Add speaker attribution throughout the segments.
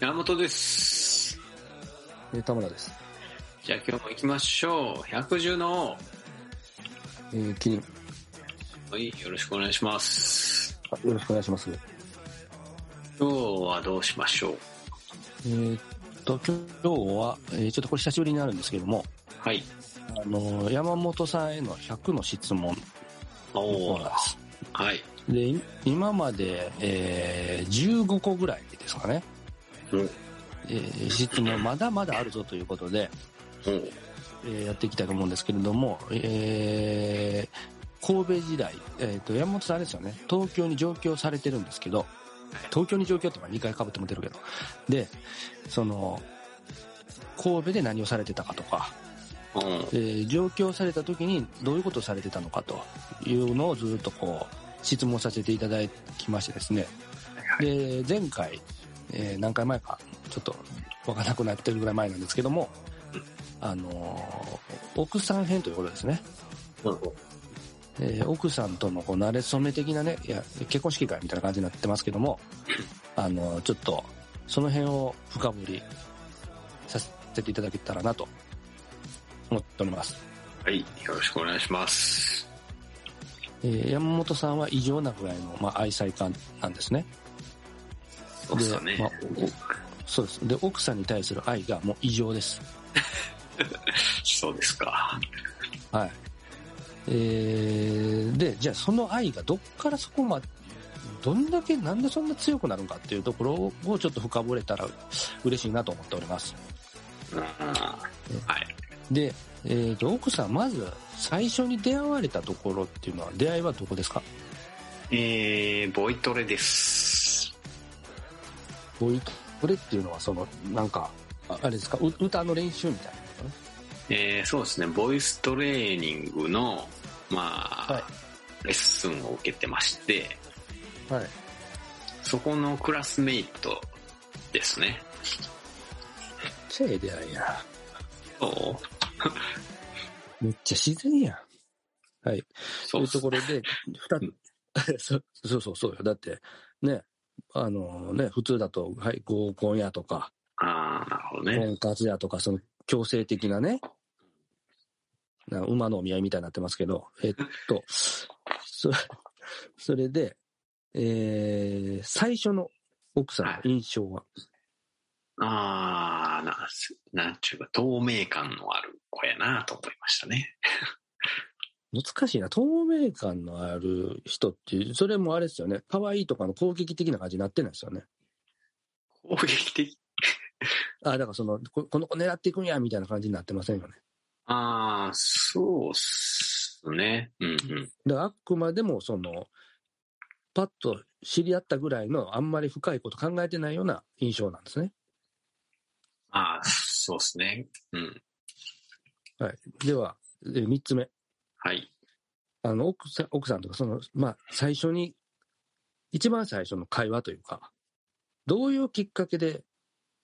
Speaker 1: 山本です。
Speaker 2: え田村です。
Speaker 1: じゃあ今日も行きましょう。110の
Speaker 2: えー、キリン。
Speaker 1: 王。はい、よろしくお願いします。
Speaker 2: あよろしくお願いします。
Speaker 1: 今日はどうしましょう
Speaker 2: えーっと、今日は、えーちょっとこれ久しぶりになるんですけども、
Speaker 1: はい。
Speaker 2: あのー、山本さんへの100の質問のコ
Speaker 1: お
Speaker 2: ー
Speaker 1: ー
Speaker 2: ナーです。
Speaker 1: はい。
Speaker 2: で、い今まで、えー15個ぐらいですかね、
Speaker 1: うん。
Speaker 2: えー質問まだまだあるぞということで、
Speaker 1: うん。
Speaker 2: えーやっていきたいと思うんですけれども、えー神戸時代、えーと、山本さんあれですよね、東京に上京されてるんですけど、東京に上京ってまあ2回かぶっても出るけど、で、その、神戸で何をされてたかとか、
Speaker 1: うん。
Speaker 2: えー上京された時にどういうことをされてたのかというのをずっとこう、質問させていただきましてですね、で、前回、えー何回前か、ちょっとわからなくなってるぐらい前なんですけども、あのー奥さん編ということですね。
Speaker 1: なるほど。
Speaker 2: えー奥さんとのこう慣れ初め的なね、いや、結婚式会みたいな感じになってますけども、あのーちょっと、その辺を深掘りさせていただけたらなと思っております。
Speaker 1: はい。よろしくお願いします。
Speaker 2: えー山本さんは異常なぐらいの、まあ、愛妻家なんですね。
Speaker 1: そうっすかね。
Speaker 2: まあそうです。で、奥さんに対する愛がもう異常です。
Speaker 1: そうですか。
Speaker 2: はい。えー、で、じゃあその愛がどっからそこまで、どんだけ、なんでそんな強くなるのかっていうところをちょっと深掘れたら嬉しいなと思っております。
Speaker 1: うん。はい。
Speaker 2: で、えー、と、奥さん、まず最初に出会われたところっていうのは、出会いはどこですか
Speaker 1: えー、ボイトレです。
Speaker 2: どういうとこれっていうのは、その、なんか、ああれですか、う歌の練習みたいなのかな
Speaker 1: えー、そうですね。ボイストレーニングの、まあ、
Speaker 2: はい
Speaker 1: レッスンを受けてまして、
Speaker 2: はい。
Speaker 1: そこのクラスメイトですね。
Speaker 2: ちゃええ出会いや。
Speaker 1: そう
Speaker 2: めっちゃ自然やん。はい。
Speaker 1: そ
Speaker 2: そう
Speaker 1: うっ
Speaker 2: いう
Speaker 1: す
Speaker 2: ところで、
Speaker 1: うん
Speaker 2: 二つ、 そそうそうそうよ。だって、ね、あのね、普通だと、はい、合コンやとか、
Speaker 1: ああ、なるほどね。
Speaker 2: 婚活やとか、その強制的なね、な馬のお見合いみたいになってますけど、えっと、そそれで、えー、最初の奥さんの印象は、
Speaker 1: ああ、なんす、なんちゅうか、透明感のある子やなと思いましたね。
Speaker 2: 難しいな。透明感のある人っていう、それもあれですよね。可愛いとかの攻撃的な感じになってないですよね。
Speaker 1: 攻撃的。
Speaker 2: あ、だからその、ここの子狙っていくんや、みたいな感じになってませんよね。
Speaker 1: ああ、そうっすね。うんうん。
Speaker 2: だからあくまでもそのパッと知り合ったぐらいのあんまり深いこと考えてないような印象なんですね。
Speaker 1: ああ、そうっすね。うん。
Speaker 2: ではで3つ目
Speaker 1: はい。
Speaker 2: あの奥さん奥さんとかその、まあ、最初に一番最初の会話というかどういうきっかけで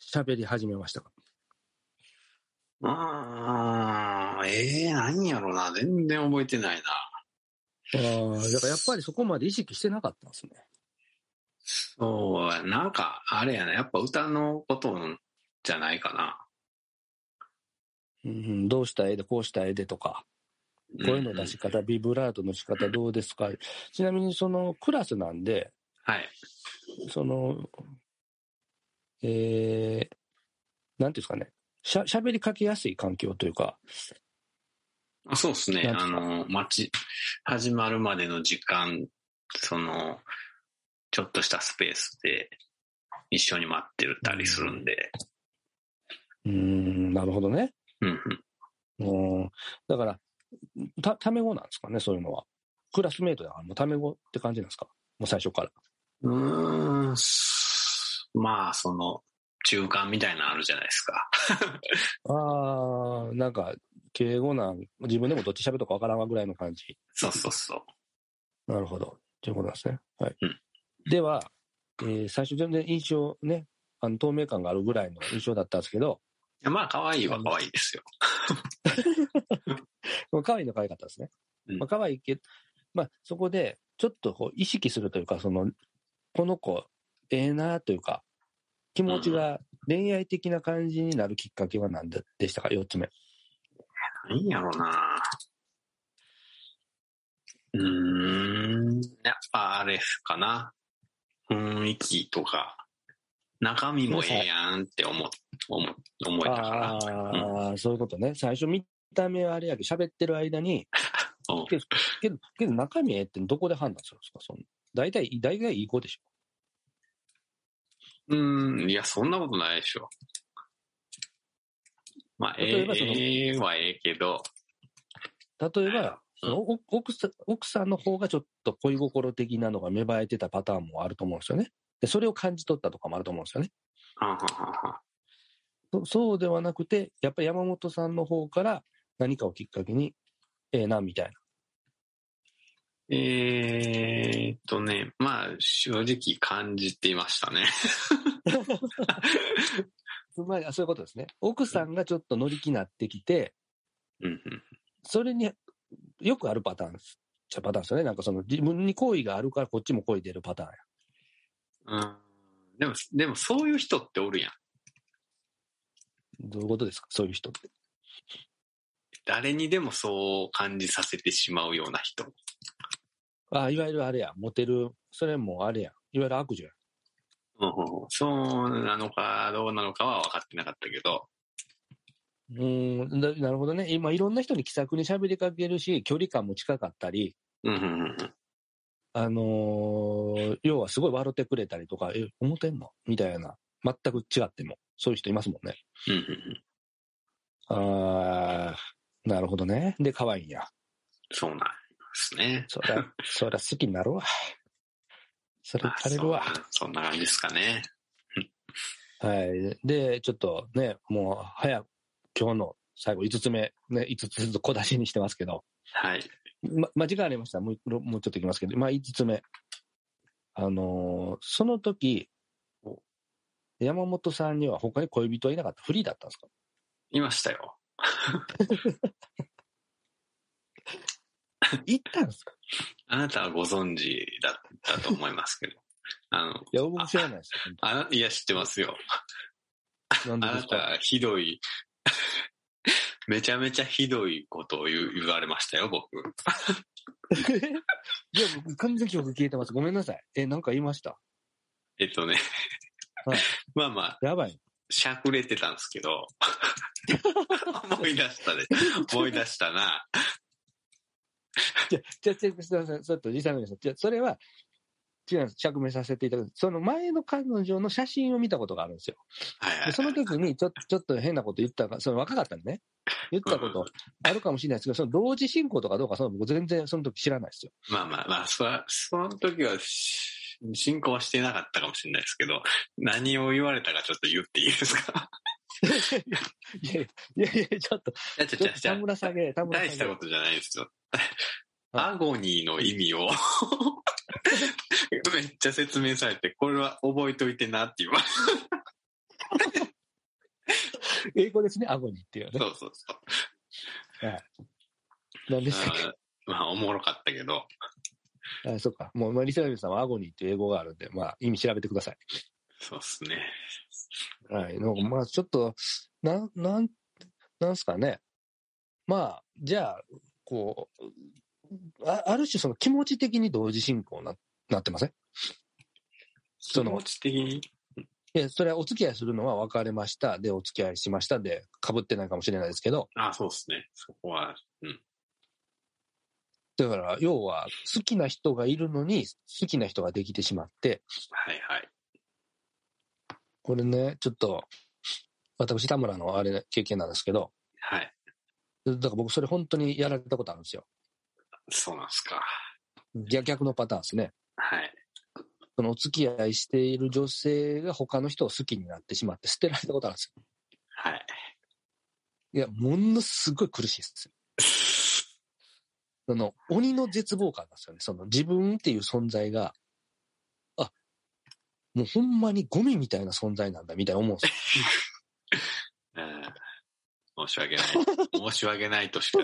Speaker 2: 喋り始めましたか
Speaker 1: ああ、ええー、何やろな。全然覚えてないな。
Speaker 2: あーだからやっぱりそこまで意識してなかったんですね。
Speaker 1: そうや、なんか、あれやな。やっぱ歌のことじゃないかな。
Speaker 2: うん、どうしたらええでこうしたらええでとか声の出
Speaker 1: うんうん
Speaker 2: し方ビブラートの仕方どうですかちなみにそのクラスなんで
Speaker 1: はい。
Speaker 2: その、えー、なんていうんですかね、しゃ、喋りかけやすい環境というか、
Speaker 1: あそうですね。
Speaker 2: なんで
Speaker 1: あ
Speaker 2: すか
Speaker 1: の、待ち、始まるまでの時間、その、ちょっとしたスペースで一緒に待ってたりするんで。
Speaker 2: うーん、なるほどね。
Speaker 1: うんうん。
Speaker 2: うん、だから、た、ため語なんですかね、そういうのは。クラスメイトだから、もうため語って感じなんですかもう最初から。
Speaker 1: うーん、すまあ、その、中間みたいなのあるじゃないですか。
Speaker 2: あー、なんか、敬語なん、自分でもどっち喋るとかわからんわぐらいの感じ。
Speaker 1: そうそうそう。
Speaker 2: なるほど。ということなんですね。はい。
Speaker 1: うん
Speaker 2: では、えー最初全然印象ね、あの、透明感があるぐらいの印象だったんですけど、
Speaker 1: いやまあ、可愛いは可愛いですよ。
Speaker 2: まあ可愛いの可愛かったですね
Speaker 1: うん。
Speaker 2: まあ、可愛いけまあ、そこで、ちょっとこう意識するというか、その、この子、ええなというか、気持ちが恋愛的な感じになるきっかけは何ででしたか、4つ目。
Speaker 1: 何やろうなうーん、やっぱあれっすかな。雰囲気とか、中身もええやんって思う、思う、思えたか
Speaker 2: ああ、そういうことね。最初見た目はあれやけど、喋ってる間に、
Speaker 1: ら。うん
Speaker 2: けど、けど中身ええってどこで判断するんですかその大体、大体いい子でしょ。
Speaker 1: うーん、いや、そんなことないでしょ。まあ、え
Speaker 2: 例えばその
Speaker 1: えええはええけど、
Speaker 2: 例えば、そのお奥さん奥さんの方がちょっと恋心的なのが芽生えてたパターンもあると思うんですよね。で、それを感じ取ったとかもあると思うんですよね。
Speaker 1: はんはんはんはん
Speaker 2: そそうではなくて、やっぱり山本さんの方から何かをきっかけに、ええな、みたいな。
Speaker 1: えーっとね、まあ、正直感じていましたね。
Speaker 2: まあ、そういうことですね。奥さんがちょっと乗り気になってきて、
Speaker 1: うんうん
Speaker 2: それによくあるパターンです。じゃパターンですよね。なんかその自分に好意があるからこっちも好意出るパターンや。
Speaker 1: うんでも、でもそういう人っておるやん。
Speaker 2: どういうことですかそういう人って。
Speaker 1: 誰にでもそう感じさせてしまうような人。
Speaker 2: ああ、いわゆるあれや。モテる。それもあれや。いわゆる悪女や。
Speaker 1: うんうんうんそうなのかどうなのかは分かってなかったけど、
Speaker 2: うーんだなるほどね。今いろんな人に気さくに喋りかけるし、距離感も近かったり、
Speaker 1: うんうんうんうん
Speaker 2: あのー要はすごい笑ってくれたりとか、え、思ってんのみたいな。全く違っても。そういう人いますもんね。
Speaker 1: うんうんうん
Speaker 2: ああ、なるほどね。で、可愛いんや。
Speaker 1: そうなんですね。
Speaker 2: そりゃ、そりゃ好きになるわ。それ
Speaker 1: まあ
Speaker 2: 垂れるわ。
Speaker 1: そうそんな感じですかね。
Speaker 2: はい。で、ちょっとね、もう早く、今日の最後5つ目、ね、5つずつ小出しにしてますけど、
Speaker 1: はい。
Speaker 2: ま、まあ、時間ありましたらもう、もうちょっといきますけど、まあ、5つ目。あのーその時
Speaker 1: お、
Speaker 2: 山本さんには他に恋人はいなかった。フリーだったんですか
Speaker 1: いましたよ。
Speaker 2: 行ったんですか
Speaker 1: あなたはご存知だったと思いますけど。 あの、
Speaker 2: いや、僕知らないです
Speaker 1: あないや、知ってますよ。あ
Speaker 2: よ。なんで
Speaker 1: な
Speaker 2: ですか
Speaker 1: た、ひどい、 めちゃめちゃひどいことを言う言われましたよ、僕。
Speaker 2: いや、僕完全に記憶消えてます。ごめんなさい。え、なんか言いました。
Speaker 1: えっとね
Speaker 2: はい。
Speaker 1: まあまあ、
Speaker 2: やばい。
Speaker 1: しゃくれてたんですけ ど、思い出したね。思い出したな。
Speaker 2: じゃ、じゃ、じゃ、すみません。ちょっと実際の皆さん。じゃ、それは、違うんです。釈明させていただく。その前の彼女の写真を見たことがあるんですよ。
Speaker 1: はいは
Speaker 2: で
Speaker 1: い。
Speaker 2: その時に、ちょっと、ちょっと変なこと言ったか、その若かったんでね。言ったことあるかもしれないですけど、その同時進行とかどうか、その僕全然その時知らないですよ。
Speaker 1: まあまあまあ、そらその時はし、進行はしてなかったかもしれないですけど、何を言われたかちょっと言っていいです か
Speaker 2: いやいやいやいや、ちょっと、
Speaker 1: いやちょ
Speaker 2: ち
Speaker 1: ち
Speaker 2: ょっ
Speaker 1: ょ
Speaker 2: と
Speaker 1: ちょ
Speaker 2: 田村下げ、田村
Speaker 1: 大し
Speaker 2: 下
Speaker 1: た
Speaker 2: げ
Speaker 1: こ。とじゃないですよ。
Speaker 2: はい
Speaker 1: アゴニーの意味 を、めっちゃ説明されて、これは覚えといてなって言 われ
Speaker 2: 英語ですね、アゴニーっていう
Speaker 1: て。
Speaker 2: ね。
Speaker 1: そうそうそう。
Speaker 2: 何でしたっ
Speaker 1: あーまあ、おもろかったけど。
Speaker 2: けあ、そっか。もう、まあ、リスナーの皆さんはアゴニーっていう英語があるんで、まあ、意味調べてください。
Speaker 1: そうっすね。
Speaker 2: はい。なんかまあちょっと、なん、なん、なんすかね。まあ、じゃあ、こう、あある種その気持ち的に同時進行な、なってません
Speaker 1: 気
Speaker 2: その
Speaker 1: 持、ち的に。
Speaker 2: いや、それはお付き合いするのは別れました。で、お付き合いしました。で、被ってないかもしれないですけど。
Speaker 1: あ、そうっすね。そこは。うん。
Speaker 2: だから、要は、好きな人がいるのに、好きな人ができてしまって、
Speaker 1: はいはい。
Speaker 2: これね、ちょっと、私、田村のあれ、経験なんですけど、
Speaker 1: はい。
Speaker 2: だから僕、それ本当にやられたことあるんですよ。
Speaker 1: そうなんすか。
Speaker 2: 逆逆のパターンですね。
Speaker 1: はい。
Speaker 2: そのお付き合いしている女性が他の人を好きになってしまって捨てられたことあるんですよ。
Speaker 1: はい。
Speaker 2: いや、ものすごい苦しいですよ。その、鬼の絶望感なんですよね。その自分っていう存在が、あ、もうほんまにゴミみたいな存在なんだみたいな思うんですよ。
Speaker 1: うん申し訳ない。申し訳ないとしか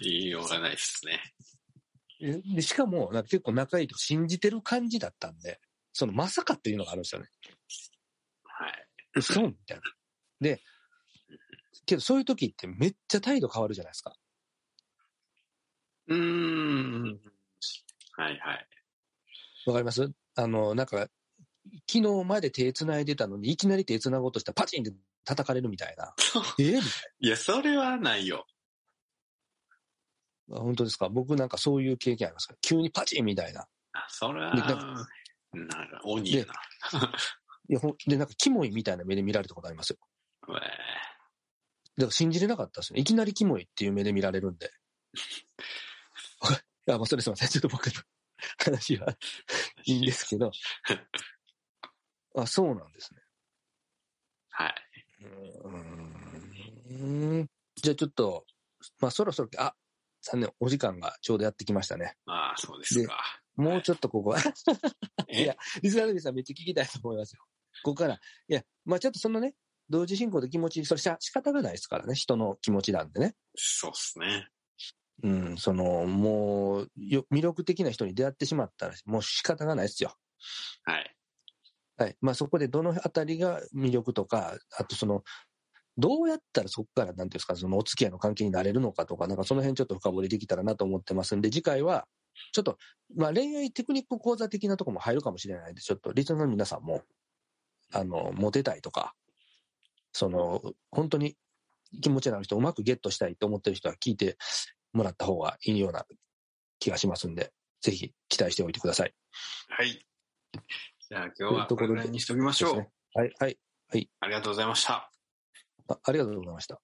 Speaker 1: 言いようがないですね。
Speaker 2: え でしかも、なんか結構仲いいと信じてる感じだったんで、そのまさかっていうのがあるんですよね。
Speaker 1: はい。
Speaker 2: 嘘みたいな。で、けどそういう時ってめっちゃ態度変わるじゃないですか。
Speaker 1: うーん。はいはい。
Speaker 2: わかりますあの、なんか、昨日まで手繋いでたのに、いきなり手繋ごうとしたらパチンって叩かれるみたいな。えみたい
Speaker 1: いや、それはないよ。
Speaker 2: な。本当ですか僕なんかそういう経験ありますから急にパチンみたいな。
Speaker 1: あ、それは、
Speaker 2: で
Speaker 1: な
Speaker 2: なん
Speaker 1: か、鬼やな。
Speaker 2: いやほんで、なんかキモいみたいな目で見られたことありますよ。
Speaker 1: うえ
Speaker 2: だから信じれなかったですね。いきなりキモいっていう目で見られるんで。あ、まあ、それすいません。ちょっと僕の 話はいいんですけど。あ、そうなんですね。
Speaker 1: はい。
Speaker 2: うん。じゃあちょっと、まあそろそろ、あ、残念、お時間がちょうどやってきましたね。
Speaker 1: まあ、そうですか。
Speaker 2: もうちょっとここは、い
Speaker 1: え
Speaker 2: や、リスナーの皆さんめっちゃ聞きたいと思いますよ。ここから、いや、まあちょっとそのね、同時進行で気持ち、それしゃ仕方がないですからね、人の気持ちなんでね。
Speaker 1: そうっすね。
Speaker 2: うん、その、もう、よ魅力的な人に出会ってしまったら、もう仕方がないですよ。
Speaker 1: はい。
Speaker 2: はい。まあそこでどのあたりが魅力とか、あとその、どうやったらそこから、なんていうんですか、そのお付き合いの関係になれるのかとか、なんかその辺ちょっと深掘りできたらなと思ってますんで、次回は、ちょっと、まあ恋愛テクニック講座的なとこも入るかもしれないんで、ちょっとリスナーの皆さんも、あの、モテたいとか、その、本当に気持ちのある人をうまくゲットしたいと思ってる人は聞いてもらった方がいいような気がしますんで、ぜひ期待しておいてください。
Speaker 1: はい。じゃあ、今日はこれぐらいにしておきましょう。
Speaker 2: ですねはい、はい、
Speaker 1: ありがとうございました。
Speaker 2: あ。ありがとうございました。